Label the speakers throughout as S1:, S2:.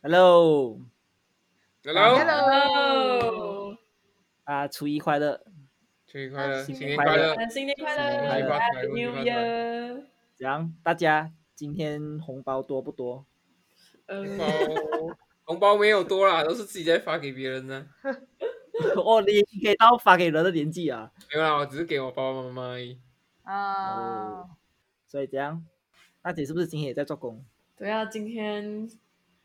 S1: Hello，
S2: Hello，,
S3: Hello，
S1: 啊，初一快乐！
S2: 生日快乐，
S3: 啊新
S2: 新年
S3: 年
S1: 快
S2: 快
S1: 乐
S2: 乐！
S3: 新年快
S1: 新年快
S3: 乐
S1: 乐
S3: ，Happy
S2: 新年
S3: Ờ, New
S2: 快乐
S3: Year！
S1: 怎样？大家今天红包多不多？
S2: 红
S3: 呃，
S2: 包红包没有多啦，都是自己在发给别人的。
S1: 哦，你已经给到发给人的年纪啊！
S2: 没有啦，我只是给我爸爸妈妈而已。
S3: 啊，
S1: 所以怎样？大姐是不是今天也在做工？
S3: 对啊，今天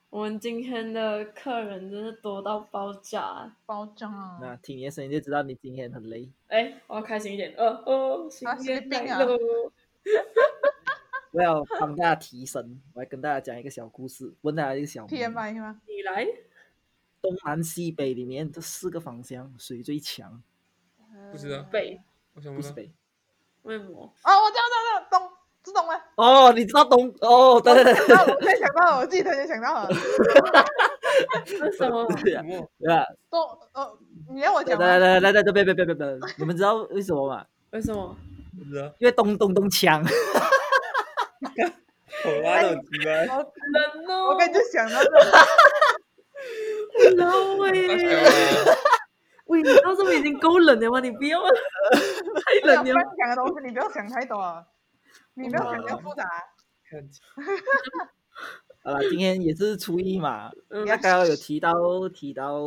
S3: 我们今天的客人真是多到爆炸，
S4: 包装
S1: 那听你的声音就知道你今天很累。
S3: 哎，我要开心一点，哦哦，新
S4: 啊
S3: 年
S4: 神经
S3: 快
S4: 病啊
S3: 乐！
S1: 我要帮大家提神，我来跟大家讲一个小故事，问大家一个小
S4: p
S1: 题
S4: m i 吗？
S3: 你来，
S1: 东南西北里面这四个方向谁最强？
S2: 不知道
S4: 呃
S3: 北，
S2: 我想
S1: 不
S2: 不
S1: 是
S2: 到，
S1: 北
S3: 为什么？
S4: 哦，我知道，我知道，我知道，东是东吗？
S1: 哦，你知道东哦？对对对
S4: 啊，我突然想到了，我自己突然间想到了，
S3: 这是什么？
S1: 对啊，
S2: 什么
S1: 对啊，
S4: 东呃，你让我
S1: 来
S4: 讲
S1: 来
S4: 吗？
S1: 来来来，别别别别别！你们知道为什么吗？
S3: 为什么？
S2: 不知
S3: 啊
S2: 道，
S1: 因为东东东强。
S2: 好啦，那种奇怪。
S4: 我
S3: 人哦，
S4: 我刚就想到这个，
S3: 冷
S2: 大小
S3: 喂，
S2: 啊
S3: 喂，你到这边已经够冷了吗？你不要太冷
S4: 不要。
S3: 了
S4: 讲的东西你不要想太多啊，你不要想太复杂，
S2: 看起
S1: 好啦，呃今天也是初一嘛，
S3: 嗯
S1: 那刚刚有提到提到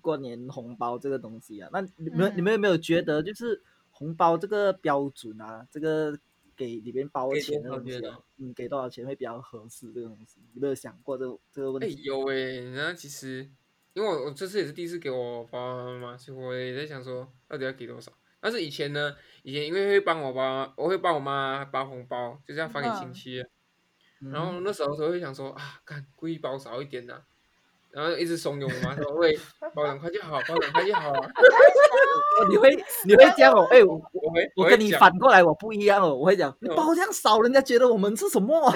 S1: 过年红包这个东西啊，那你们、
S4: 嗯
S1: 你们有没有觉得就是红包这个标准啊，这个给里面包
S2: 给
S1: 钱的
S2: 多少
S1: 东西、
S2: 觉
S1: 啊
S2: 得，
S1: 嗯，给多少钱会比较合适这个东西，有没有想过这个这个问
S2: 哎
S1: 题？
S2: 有哎，那其实因为我我这次也是第一次给我爸爸妈妈，所以我也在想说到底要给多少。但是以前呢，以前因为会帮我爸，我会帮我妈包红包，就这样发给亲
S4: 嗯
S2: 戚啊。
S1: 嗯
S2: 然后那时候都会想说啊，看故意包少一点呐、然后一直怂恿我妈说，喂，包两块就好，包两块就好啊。
S1: 哦你会你会这样哦？哎、我
S2: 我会，
S1: 我
S2: 会
S1: 跟你
S2: 讲，
S1: 反过来，我不一样哦，我会讲你
S2: 嗯
S1: 包这样少，人家觉得我们是什么？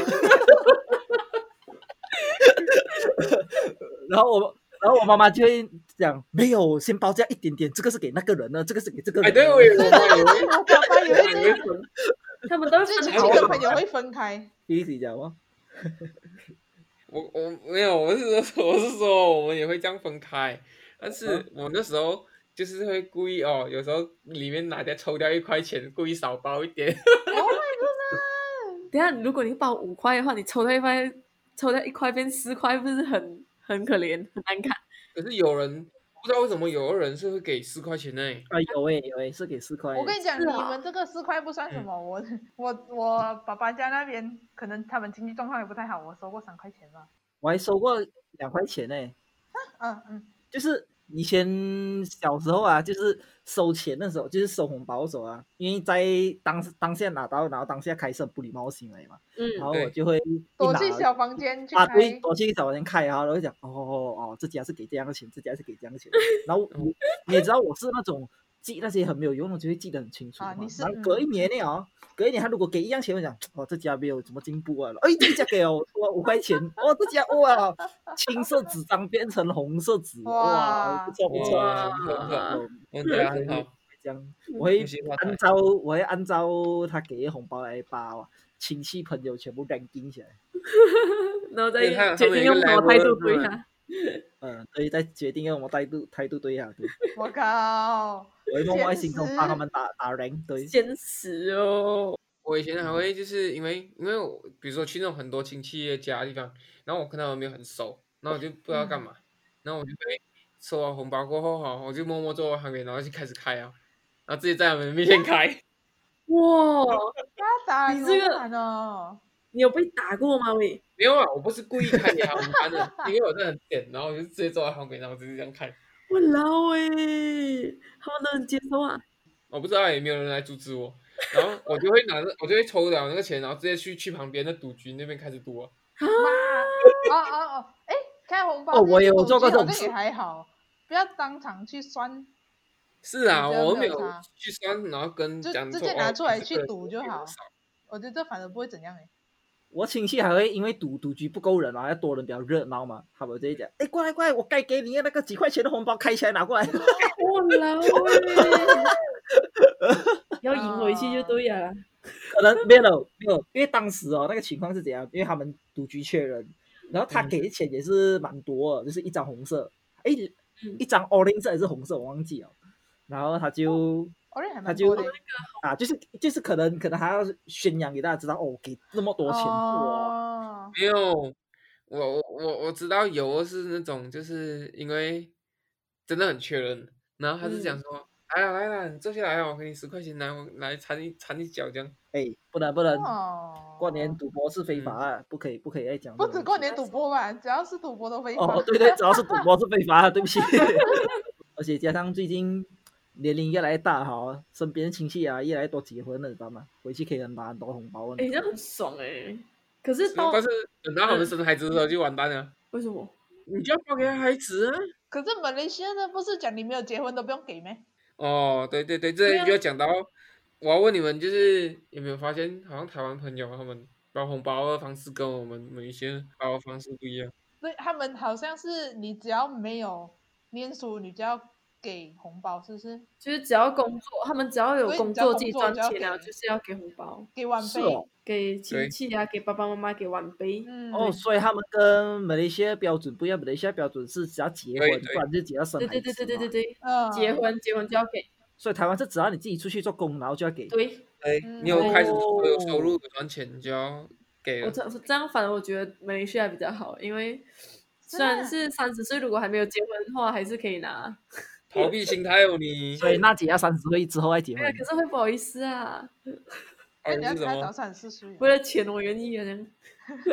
S1: 然后我。然后我妈妈就会讲，没有，先包这样一点点，这个是给那个人的，这个是给这个
S2: 哎，
S1: 人的。
S2: 对，我也我妈也会，
S4: 我爸爸有
S2: 我也
S4: 一
S2: 会分，
S3: 他们都
S4: 最
S3: 分
S4: 亲
S3: 好
S4: 近的朋友会分开，
S1: 第一题讲吗？
S2: 我我没有，我是说我是说我们也会这样分开，但是
S1: 嗯
S2: 我那时候就是会故意哦，有时候里面哪家抽掉一块钱，故意少包一点，
S3: 等一下，如果你报五块的话，你抽到一块，抽到一块变四块，不是很很可怜，很难看。
S2: 可是有人不知道为什么有的人是会给四块钱呢？
S1: 啊，有诶、有诶、是给四块、
S4: 我跟你讲，你
S3: 是啊
S4: 们这个四块不算什么，我我我爸爸家那边可能他们经济状况也不太好，我收过三块钱吧，
S1: 我还收过两块钱呢、
S4: 嗯嗯，
S1: 就是以前小时候啊，就是收钱的时候，就是收红包的时候啊，因为在当时当下拿到，然后当下开始很不礼貌的行为嘛，然
S3: 嗯，
S1: 后我
S2: 对
S1: 就会一
S4: 躲
S1: 拿
S4: 去小房间去
S1: 啊，
S4: 开，
S1: 对，我去找人开啊，然后就讲哦哦哦，这家是给这样的钱，这家是给这样的钱。然后
S4: 嗯
S1: 我你也知道我是那种记那些很没有用的，就会记得很清楚的
S4: 啊
S1: 嘛
S4: 你是
S1: 然后隔一年呢哦，隔一年他如果给一样钱，我讲哦这家没有怎么进步啊，哎这家给我我五块钱，哦这家哇青色纸张变成红色纸，哇
S4: 哇
S1: 不错不错。
S2: 哇
S1: 不错不错
S2: 我觉
S1: 啊
S2: 得很好，
S1: 这
S4: 嗯
S1: 样我会
S2: 恭喜发财
S1: 按照我会按照他给的红包来包啊，亲戚朋友全部 ranking 起来。
S3: 然后
S2: 对他
S3: 再
S2: 有
S3: 决定用什
S2: 他
S3: 么
S2: 们有一
S3: 态
S2: 个
S3: 度
S2: level
S3: 对
S2: 的
S3: 他。
S1: 嗯，所以再决定用我态度态度对啊，对，
S4: 我靠，
S1: 我会默默在心中帮他
S4: 坚
S1: 们打打 rank，对，
S3: 坚持哦，
S2: 我以前
S4: 嗯
S2: 还会就是因为因为我比如说去那种很多亲戚的家的地方，然后我跟他们没有很熟，然后我就不知道
S4: 嗯
S2: 干嘛，然后我就会收完红包过后哈，我就默默坐我旁边，然后就开始开啊，然后自己在他们面前开，
S3: 哇，
S4: 大胆，
S3: 你这个
S4: 好惨哦，
S3: 你有被打过吗？喂，
S2: 没有啊，我不是故意开给他们看的，因为我真的很点，然后我就直接坐在旁边，然后直接这样开，
S3: 我老哎，他们都很接受啊。
S2: 我不知道也没有人来阻止我，然后我就会拿着我就会抽了那个钱，然后直接去去旁边的赌局那边开始赌啊，
S3: 啊，
S4: 哦哦哦，哎，开红包
S1: 哦
S4: 这些
S1: 我也有
S4: 手
S1: 做过
S4: 机
S1: 这
S4: 好
S1: 种
S4: 像也
S1: 事
S4: 还好，不要当场去算，
S2: 是啊，
S4: 我觉得
S2: 我
S4: 没
S2: 没
S4: 有
S2: 有
S4: 差
S2: 去算，然后跟
S4: 就
S2: 讲
S4: 直
S2: 说
S4: 接拿
S2: 哦
S4: 出来
S2: 这
S4: 去
S2: 个人
S4: 赌就
S2: 给我
S4: 好
S2: 少
S4: 我觉得这反而不会怎样哎，
S1: 我亲戚还会因为赌赌局不够人啊，要多人比较热闹嘛，他们就会讲，哎，过来过来，我该给你的那个几块钱的红包开起来拿过来，
S3: 我老欸哎，要赢回去就对啊。
S1: 可能没有没有，因为当时哦那个情况是怎样，因为他们赌局缺人，然后他
S2: 嗯
S1: 给的钱也是蛮多的，就是一张红色，哎，一张 orange 色还是红色，我忘记了。然后他就、
S4: 哦，那还
S1: 他
S4: 蛮
S1: 就
S4: 多的。
S1: 啊，就是就是可能可能还要宣扬给大家知道，哦，我给这么多钱是我
S4: 哦，
S2: 没有，我我我我知道有是那种，就是因为真的很缺人，然后他是讲说，来啦来啦，你坐下来啊，我给你十块钱，来我来缠你缠你脚这样。
S1: 哎、不能不能，
S4: 哦
S1: 过年赌博是非法啊，不可以不可以再讲这
S4: 不
S1: 种东西。
S4: 止过年赌博吧，只要是赌博都非法。
S1: 哦，对对，只要是赌博是被罚的，对不起。 而且加上最近年龄越来越大哈，身边亲戚啊越来越多结婚了，你知道吗？回去可以拿很多红包啊了。
S3: 哎、这样很爽哎、可是到
S2: 但是等到他们
S3: 嗯
S2: 生孩子的时候就完蛋了，
S3: 为什么？
S2: 你就要包给他孩子啊。
S4: 可是马来西亚的不是讲你没有结婚都不用给咩？
S2: 哦，对对对，这
S3: 对
S2: 里就
S3: 啊
S2: 要讲到，我要问你们，就是有没有发现，好像台湾朋友他们包红包的方式跟我们某一些包的方式不一样。
S4: 对他们好像是你只要没有念书，你就要给红包，是不是？
S3: 就是只要工作，他们只要有
S4: 对
S3: 工
S4: 只要
S3: 作
S4: 工
S3: 自己
S4: 作
S3: 赚
S4: 就要
S3: 钱啊，
S4: 给
S3: 就是要给红包，
S4: 给晚
S1: 是
S4: 辈。
S1: 哦，
S3: 给
S2: 对
S3: 亲戚啊，给爸爸妈妈，给晚辈。
S4: 嗯，
S1: 哦，所以他们跟马来西亚标准不一样，马来西亚标准是只要结婚
S2: 对，对
S1: 不然就只要生
S3: 对
S1: 孩子
S3: 对
S1: 嘛。
S3: 对对对对对，
S4: 嗯，
S3: 结婚结婚就要给，
S1: 所以台湾是只要你自己出去做工，然后就要给。
S3: 对
S2: 对
S4: 嗯
S2: 哎你有开始
S1: 哦
S2: 有收入有赚钱，你就要给
S3: 我
S2: 了。
S3: 这这样反而我觉得马来西亚比较好，因为
S4: 是
S3: 虽然
S4: 啊
S3: 是三十岁，如果还没有结婚的话，还是可以拿。
S2: 逃避心态哦， 你
S1: 所以娜姐要三十岁之后再结
S3: 对
S1: 婚
S3: 啊，。可是会不好意思啊，
S2: 还
S4: 那你要
S2: 是什
S4: 开
S2: 么
S4: 早？上四十岁。
S3: 为了钱我愿意啊这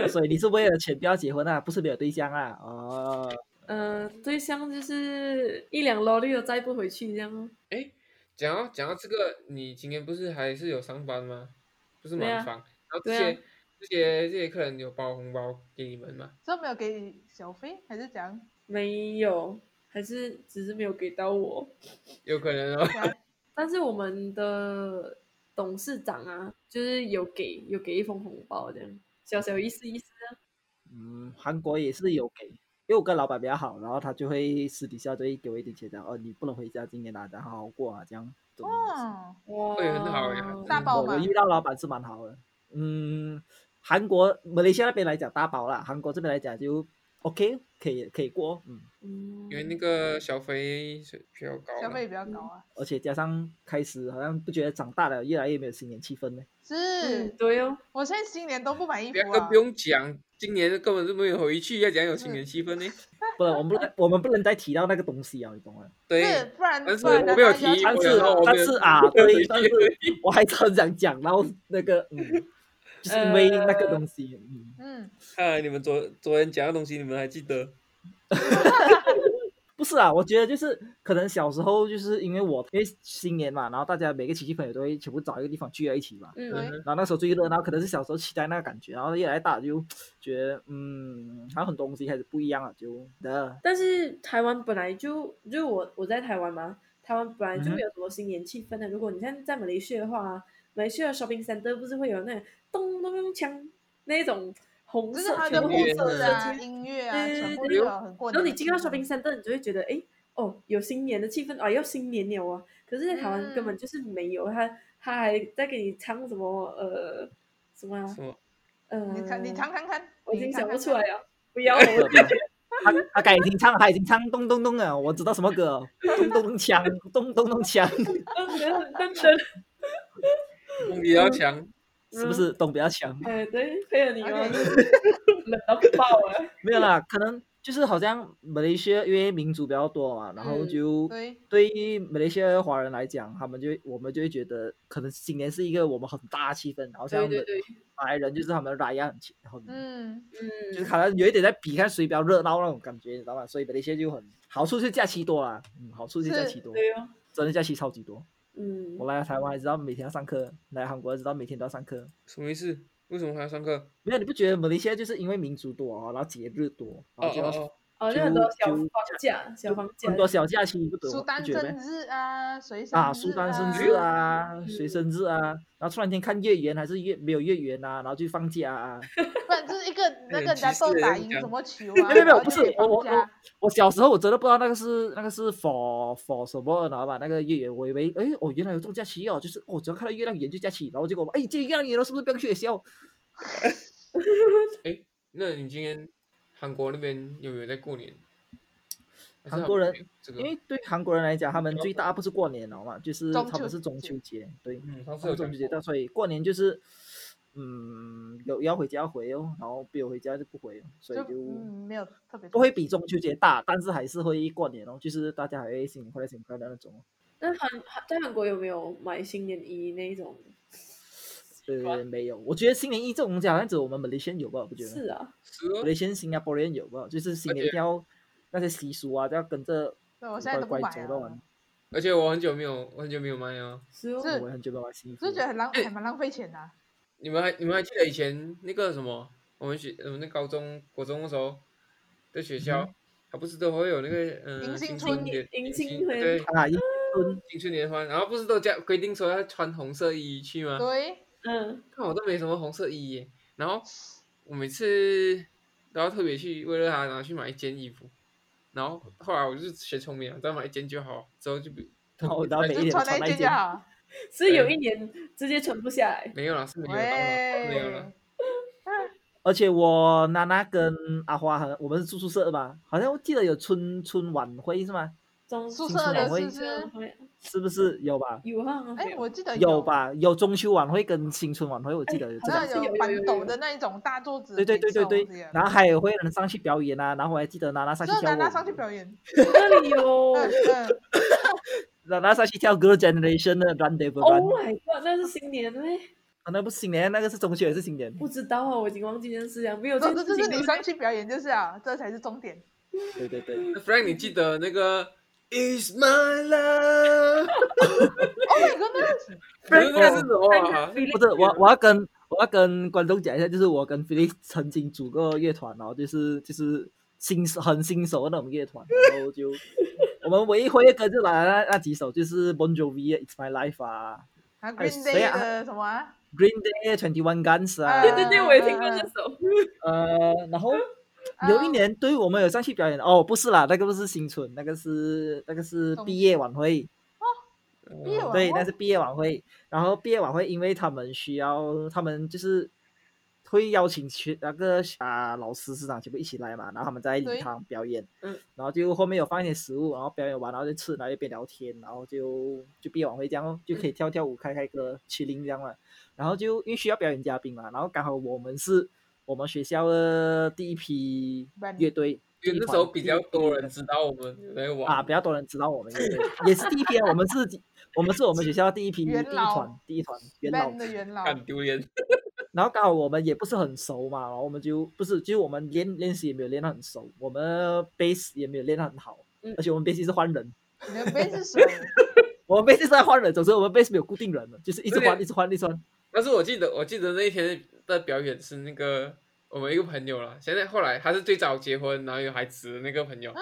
S3: 样。
S1: 所以你是为了钱不要结婚啊，不是没有对象啊。哦，
S3: 呃，对象就是一两萝莉都载不回去这样哦。
S2: 讲到讲到这个，你今天不是还是有上班吗？不是
S3: 对啊
S2: 满房，然后这
S3: 对
S2: 些、
S3: 啊
S2: 这些这些客人有包红包给你们吗？
S4: 这没有给小费还是怎样？
S3: 没有，还是只是没有给到我。
S2: 有可能哦。
S3: 但是我们的董事长啊，就是有给有给一封红包这样，小小意思意思啊。
S1: 嗯，韩国也是有给，因为我跟老板比较好，然后他就会私底下就会给我一点钱的，哦，你不能回家，今年拿的好好过啊，这样。这种东西
S4: 哦，
S3: 哇
S2: 对很好呀
S4: 大
S1: 嗯我
S4: 包
S1: 我
S4: 吗
S1: 遇到老板是蛮好的，嗯，韩国马来西亚那边来讲大包啦，韩国这边来讲就 OK，可以可以过，嗯，
S3: 嗯
S2: 因为那个小费是比较高
S4: 消
S2: 了
S4: 费，比较高啊。
S1: 而且加上开始好像不觉得长大了，越来越没有新年气氛呢。
S4: 是
S3: 嗯，，对哦，
S4: 我现在新年都不买衣
S2: 不要
S4: 服
S2: 更
S4: 啊
S2: 不。用讲，今年根本就没有回去，要讲有新年气氛 呢。
S1: 不能，我们不能，我们不能再提到那个东西啊，你懂吗？
S4: 是
S2: 对，，
S4: 不然
S2: 但是
S4: 不然
S2: 我没有
S4: 大家
S2: 提
S1: 但
S2: 我
S1: 是
S2: 有我
S1: 但
S2: 没有
S1: 是啊，
S2: 没有
S1: 对，
S2: 回
S1: 但
S2: 去
S1: 是我还是很想讲，然后那个嗯，就是因为那个东西，嗯，
S4: 嗯，
S2: 看啊来你们昨昨天讲的东西，你们还记得？
S1: 不是啊，我觉得就是可能小时候就是因为我因为新年嘛，然后大家每个亲戚朋友都会全部找一个地方聚在一起嘛，
S2: 嗯
S3: 嗯，
S4: 对，
S1: 然后那时候最热闹，可能是小时候期待那个感觉，然后越来越大就觉得，嗯，还有很多东西开始不一样了，就的，
S3: 但是台湾本来就就我我在台湾嘛，台湾本来就没有什么新年气氛啊的。如果你像在马来西亚的话，马来西亚 shopping center 不是会有那种咚咚咚锵那种红
S4: 就
S3: 色
S4: 是它
S3: 全
S4: 哦的
S3: 部
S4: 布
S2: 音乐
S3: 红色
S4: 置
S3: 的
S4: 啊、
S3: 街
S4: 音乐啊，
S3: 对
S4: 全部都
S3: 对
S4: 有很过
S3: 然
S4: 年
S3: 后
S4: 的气氛。嗯
S3: 你进到 shopping center，你就会觉得，哎，哦，有新年的气氛啊，要新年了啊。可是，在台湾根本
S4: 嗯
S3: 就是没有，他他还在给你唱什么呃什么、啊、
S2: 什么？
S3: 呃，
S4: 你尝你尝看看，
S3: 我已
S4: 你
S3: 经
S4: 尝
S3: 想不
S4: 看
S3: 出
S4: 看
S3: 来。了，不要
S1: 他
S3: 我
S1: 他改天唱，他已经唱咚咚咚了，我知道什么歌了，咚咚咚锵，咚咚咚锵，
S3: 噔噔噔噔，
S2: 梦比较强，
S1: 是不是懂比较强？
S3: 哎，对，配合 你哦，
S4: OK
S3: 冷到爆啊！
S1: 没有啦，可能就是好像马来西亚因为民族比较多嘛，然后
S3: 嗯
S1: 就
S4: 对，
S1: 对于马来西亚华人来讲，他们就我们就会觉得，可能新年是一个我们很大的气氛，好像
S3: 对
S1: 我
S3: 对
S1: 们
S3: 对，
S1: 马来人就是他们的 raya 很气很
S4: 嗯，
S1: 就是
S3: 嗯，
S1: 好像有一点在比看谁比较热闹那种感觉，你知道吧？所以马来西亚就很好处是假期多啦，嗯，好处是假期多，
S3: 对哦，
S1: 真的假期超级多。
S3: 嗯
S1: 我，来台湾还知道每天要上课，来韩国知道每天都要上课。
S2: 什么意思？为什么还要上课？
S1: 没有，你不觉得马来西亚就是因为民族多啊，然后节日多，
S2: 哦
S1: 然后就
S2: 哦
S1: 要
S2: 哦，
S3: 哦，
S1: 就
S3: 就很多小
S1: 就
S3: 房假，小房假
S1: 很，多小假期不得
S4: 苏
S1: 不
S4: 丹
S1: 觉得
S4: 生
S1: 咩？
S4: 日啊，谁生日
S1: 啊，苏丹生日啊，谁
S3: 嗯
S1: 生日啊，然后突然间看月圆还是月没有月圆啊，然后就放假啊。
S4: 不然就是一个那
S2: 有
S4: 个人
S2: 歧
S4: 家
S2: 视
S4: 斗
S2: 的
S4: 打
S2: 人
S4: 赢
S2: 讲
S4: 什么球啊？
S1: 没有没有
S4: 然后
S1: 不
S4: 就是可以
S1: 我我
S4: 放假
S1: 我小时候我真的不知道那个是那个是 for for 什么，然后把那个月圆，我以为哎哦原来有这种假期哦，就是哦只要看到月亮圆就假期，然后结果哎这月亮圆了是不是不要去学校？
S2: 那你今天韩国那边有没有在过年？还是
S1: 韩国人
S2: 他们没有这个，
S1: 因为对韩国人来讲，他们
S2: 比较
S1: 最大不是过年了嘛，就是
S4: 中
S1: 他们
S4: 秋
S1: 是中
S4: 节
S1: 秋节，对，
S2: 嗯，上
S1: 他
S2: 次有
S1: 们中秋节，
S2: 讲
S1: 但所以过年就是，嗯，有要回家回哦，然后不有回家就不回哦，所以
S4: 就
S1: 就
S4: 嗯没有特别
S1: 不会比中秋节大，但是还是会过年哦，就是大家还会新年快乐、新年快乐那种哦。
S3: 那韩韩在韩国有没有买新年衣那一种？
S1: 呃，没有，我觉得新年一这种东西好像只有我们 Malaysian 有吧，我不觉得？
S3: 是啊，
S2: 十二
S1: Malaysian、新加坡人有吧，就是新年一定要那些习俗啊，都要跟着
S4: 对我现在
S1: 乖
S4: 都不
S1: 乖
S4: 买
S1: 走到完
S4: 了。。
S2: 而且我很久没有，我很久没有买啊。
S3: 是哦，
S4: 是
S1: 我很久没有买新衣服
S4: 只是觉得
S1: 了，
S4: 很浪，还蛮浪费钱的啊、
S2: 你们还你们还记得以前那个什么，我们学我们那高中国中的时候，在学
S1: 嗯
S2: 校，它不是都会有那个嗯、
S4: 迎新
S2: 青
S4: 春
S2: 春联
S3: 迎
S2: 迎
S3: 新
S2: 新
S3: 春
S2: 对
S1: 啊， 一尊
S2: 青春联欢，然后不是都加规定说要穿红色衣去吗？
S4: 对，
S3: 嗯，
S2: 看我都没什么红色衣耶，然后我每次都要特别去为了它，然后去买一件衣服，然后后来我就是学聪明了，再买一件就好，之后就不，
S1: 哦然后每一
S4: 就
S1: 年
S4: 穿
S1: 穿那
S4: 那一件
S1: 件
S4: 就好。
S3: 所以有一年直接存不下来。
S2: 没有了，是没有了，
S4: 喂，
S2: 没有了，
S1: 而且我娜娜跟阿花和我们是住宿舍的吧？好像我记得有春春晚会是吗？
S3: 中
S4: 宿
S1: 舍的是不
S4: 是
S1: 是不是有吧？
S3: 有啊，
S4: 哎、我记得
S1: 有？吧？有中秋晚会跟新春晚会，我记得有
S4: 好
S1: 这
S4: 像
S1: 两
S3: 好像
S1: 个。
S4: 有
S3: 有
S4: 板
S3: 有
S4: 斗
S3: 有
S4: 的那一种大桌子，
S1: 对对对对对，
S4: 然
S1: 然后还有会有人上去表演啊，然后我还记得娜娜上去
S4: 后
S1: 跳
S4: 拿
S1: 舞，
S4: 拿上去表演。
S3: 那里有
S4: 嗯嗯，
S1: 娜娜上去跳 Girl Generation 的 Run d e v i
S3: ，Oh
S1: Run，
S3: my god，那是新年咩？
S1: 啊那不是新年，那个是中秋也是新年。
S3: 不知道啊，我已经忘记这件事了，没有
S4: 总
S3: 这
S4: 之
S3: 件
S4: 就
S3: 事
S4: 是
S3: 情。
S4: 你上去表演就是啊，这才是重点。
S1: 对对对，
S2: 那 Frank，你记得那个 Is my love？
S4: Oh my goodness！
S2: 那个是什么啊？
S1: 不是我我要跟我要跟观众讲一下，就是我跟 Felix 曾经组过乐团哦，就是就是新手很新手的那种乐团，然后就我们唯一会的歌就来那那几首，就是 Bon Jovi 的 It's My Life 啊
S4: 还有
S1: 还有
S4: Green
S1: 谁啊
S4: Day 的什么啊？
S1: ，Green Day Twenty One Guns 啊，
S4: 对
S3: 对对对，我也听过这首。
S1: 呃，然后有
S4: 啊
S1: 一年，对我们有上去表演哦，不是啦，那个不是新春，那个是那个是
S4: 中
S1: 毕业晚会，
S4: 毕业晚
S1: 对，
S4: 会
S1: 那是毕业晚会。然后毕业晚会，因为他们需要，他们就是会邀请学那个啊老师、师长全部一起来嘛，然后他们在
S4: 对
S1: 礼堂表演，
S2: 嗯，
S1: 然后就后面有放一些食物，然后表演完然后就吃，然后一边聊天，然后就就毕业晚会这样哦，就可以
S4: 嗯
S1: 跳跳舞、开开歌、麒麟这样嘛。然后就因为需要表演嘉宾嘛，然后刚好我们是我们学校的第一批
S4: Band
S1: 乐队，第
S2: 因为
S1: 一
S2: 那时
S1: 团
S2: 候比
S1: 第一
S2: 较
S1: 批
S2: 多
S1: 乐
S2: 人知道我们在玩
S1: 啊，比较多人知道我们乐队，也是第一批啊。我们是第，我们是我们学校第一批第一
S4: 元老
S1: 团第一团元老
S4: Band 的元老，
S2: 很丢脸。
S1: 然后刚好我们也不是很熟嘛，然后我们就不是，就是我们练练习也没有练得很熟，我们 bass 也没有练得很好，
S3: 嗯
S1: 而且我们 bass 是换人，
S4: 你的 Band 是 谁？
S1: 我们 bass 是在换人，总之我们 bass 没有固定人的，就是一直
S2: 对
S1: 换，一直换，一直换。
S2: 但是我记得，我记得那一天的表演是那个我们一个朋友啦，现在后来他是最早结婚，然后有孩子的那个朋友，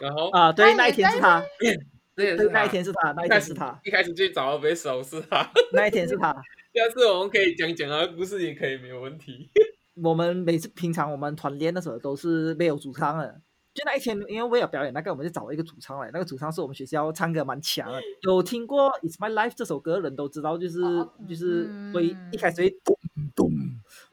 S2: 然后
S1: 啊，对，
S4: 那
S1: 那一
S4: 也
S1: 天
S4: 在
S1: 是他，
S2: 那也
S1: 对
S2: 是，
S1: 那一
S2: 他
S1: 天是他，那一
S2: 开
S1: 天
S2: 始
S1: 是他，
S2: 一开始最早的被手是他。
S1: 那一天是他。
S2: 下次我们可以讲讲他的故事，也可以没有问题。
S1: 我们每次平常我们团练的时候都是没有主唱的，就那一天，因为为了表演那个，我们就找了一个主唱来。那个主唱是我们学校唱歌蛮强的，有听过《It's My Life》这首歌的人都知道，就是、
S4: 哦
S1: 就是
S4: 嗯
S1: 会一开始会咚咚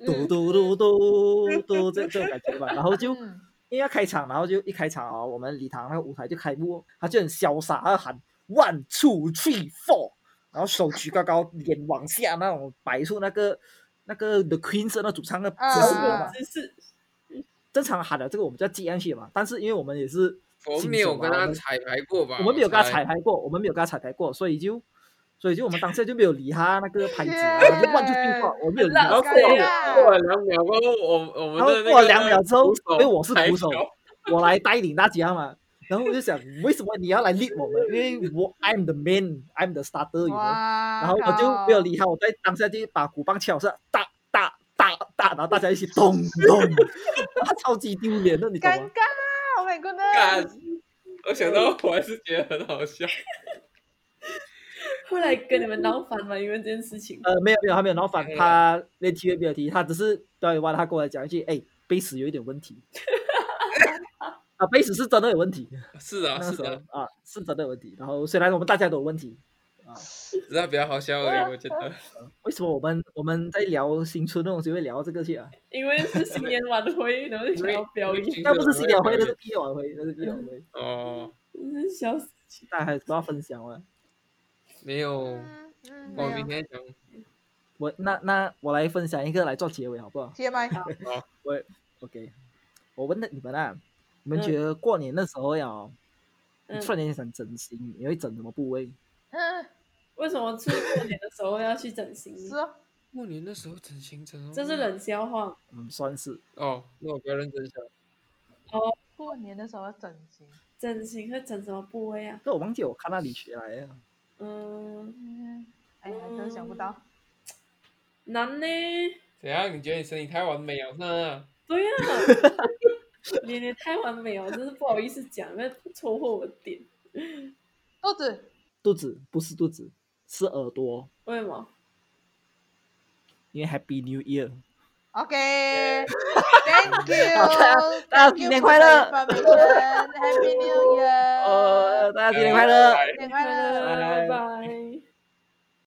S1: 咚咚
S3: 嗯
S1: 咚咚咚这这种感觉吧，然后就
S4: 嗯
S1: 因为要开场，然后就一开场哦，我们礼堂那个舞台就开幕哦，他就很潇洒地喊 one two three four，然后手举高高，脸往下那种摆出那个那个 The Queen 是那主唱的姿势嘛。
S4: 啊
S3: 只是
S1: 正常喊的这个我们就要记上去嘛，但是因为我们也是
S2: 我
S1: 新
S2: 没有
S1: 手
S2: 跟
S1: 嘛
S2: 他
S1: 我们
S2: 彩排过吧？
S1: 我们没有跟他
S2: 猜
S1: 彩。排过，我们没有跟他彩排过，所以就所以就我们当时就没有理他那个拍子，
S4: 天
S1: 然后就乱出去话，我没有理
S2: 然后
S1: 他。
S2: 过
S4: 好尴尬
S2: 了过了两秒过后，我我们
S1: 然后
S2: 的那
S1: 过了
S2: 个
S1: 两秒之后
S2: 鼓手
S1: 因为我是
S2: 抬
S1: 鼓手
S2: 脚
S1: 我来带领大家嘛，然后我就想，为什么你要来 lead 我们？因为我 I'm the man，I'm the starter，you know
S4: 哇，
S1: 然后我就没有理他，我在当下就把鼓棒敲上，哒哒哒哒，然后大家一起咚咚，他超级丢脸的，你懂
S4: 靠，
S1: 吗
S4: 尴？尬，Oh my
S2: 干
S4: goodness！，
S2: 我想到
S1: 嗯
S2: 我还是觉得很好笑。
S3: 后来跟你们闹翻嘛，因为这件 事情。
S1: 呃，没有没有，他没有，然后反
S2: 没有
S1: 他连提也没有提，他只是表演完他跟我讲一句，哎，贝斯有一点问题。啊，贝斯是真的有问题，
S2: 是啊，
S1: 那
S2: 是
S1: 时候
S2: 的，
S1: 啊是真的有问题。然后虽然我们大家都有问题，
S2: 只是它比较好笑而已，我 觉得。
S1: 为什么我们我们在聊新春的东西会聊到这个去啊？
S3: 因为是新年晚会，然后就想要表
S2: 因为
S3: 演，
S1: 那不是新年晚会，那是毕业晚会，那是毕业晚会，
S2: 哦，
S3: 真是笑死。
S1: 大家还是要分享啊。
S2: 没有，
S4: 嗯嗯，
S2: 我
S4: 没
S2: 明
S4: 有。
S2: 天讲
S1: 我那那我来分享一个来做结尾好不好
S4: 接麦。
S1: ？OK，我问了你们啊，你们
S3: 嗯
S1: 觉得过年的时候呀，你
S3: 嗯，
S1: 突然间想整形，你会整什么部位？
S4: 嗯，
S3: 为什么出过年的时候要去整形？
S4: 是哦，
S2: 过年的时候整形整，啊
S3: 这是冷笑话。
S1: 嗯，算是
S2: 哦，那我不要认真想。
S4: 过年的时候要整形。
S3: 整形会整什么部位啊？
S1: 这我忘记我看那里学来的，
S3: 嗯，
S4: 嗯，哎呀，真的想不到。
S3: 难呢？
S2: 怎样？你觉得你身体太完美了呢？
S3: 对呀、你你太完美了，真是不好意思讲，那戳破我的点。
S4: 肚子，
S1: 肚子不是肚子，是耳朵，
S3: 为什么？
S1: 因为 Happy New Year。
S4: OK，Thank
S1: 大
S4: you，
S1: 家
S4: Thank
S1: 新
S4: you
S1: 年
S4: for
S1: 快
S4: the
S1: 乐 呃
S4: information. Happy New Year，
S2: 呃
S1: 呃，大家新年快乐！
S4: 新年快乐。
S1: 拜
S3: 拜拜。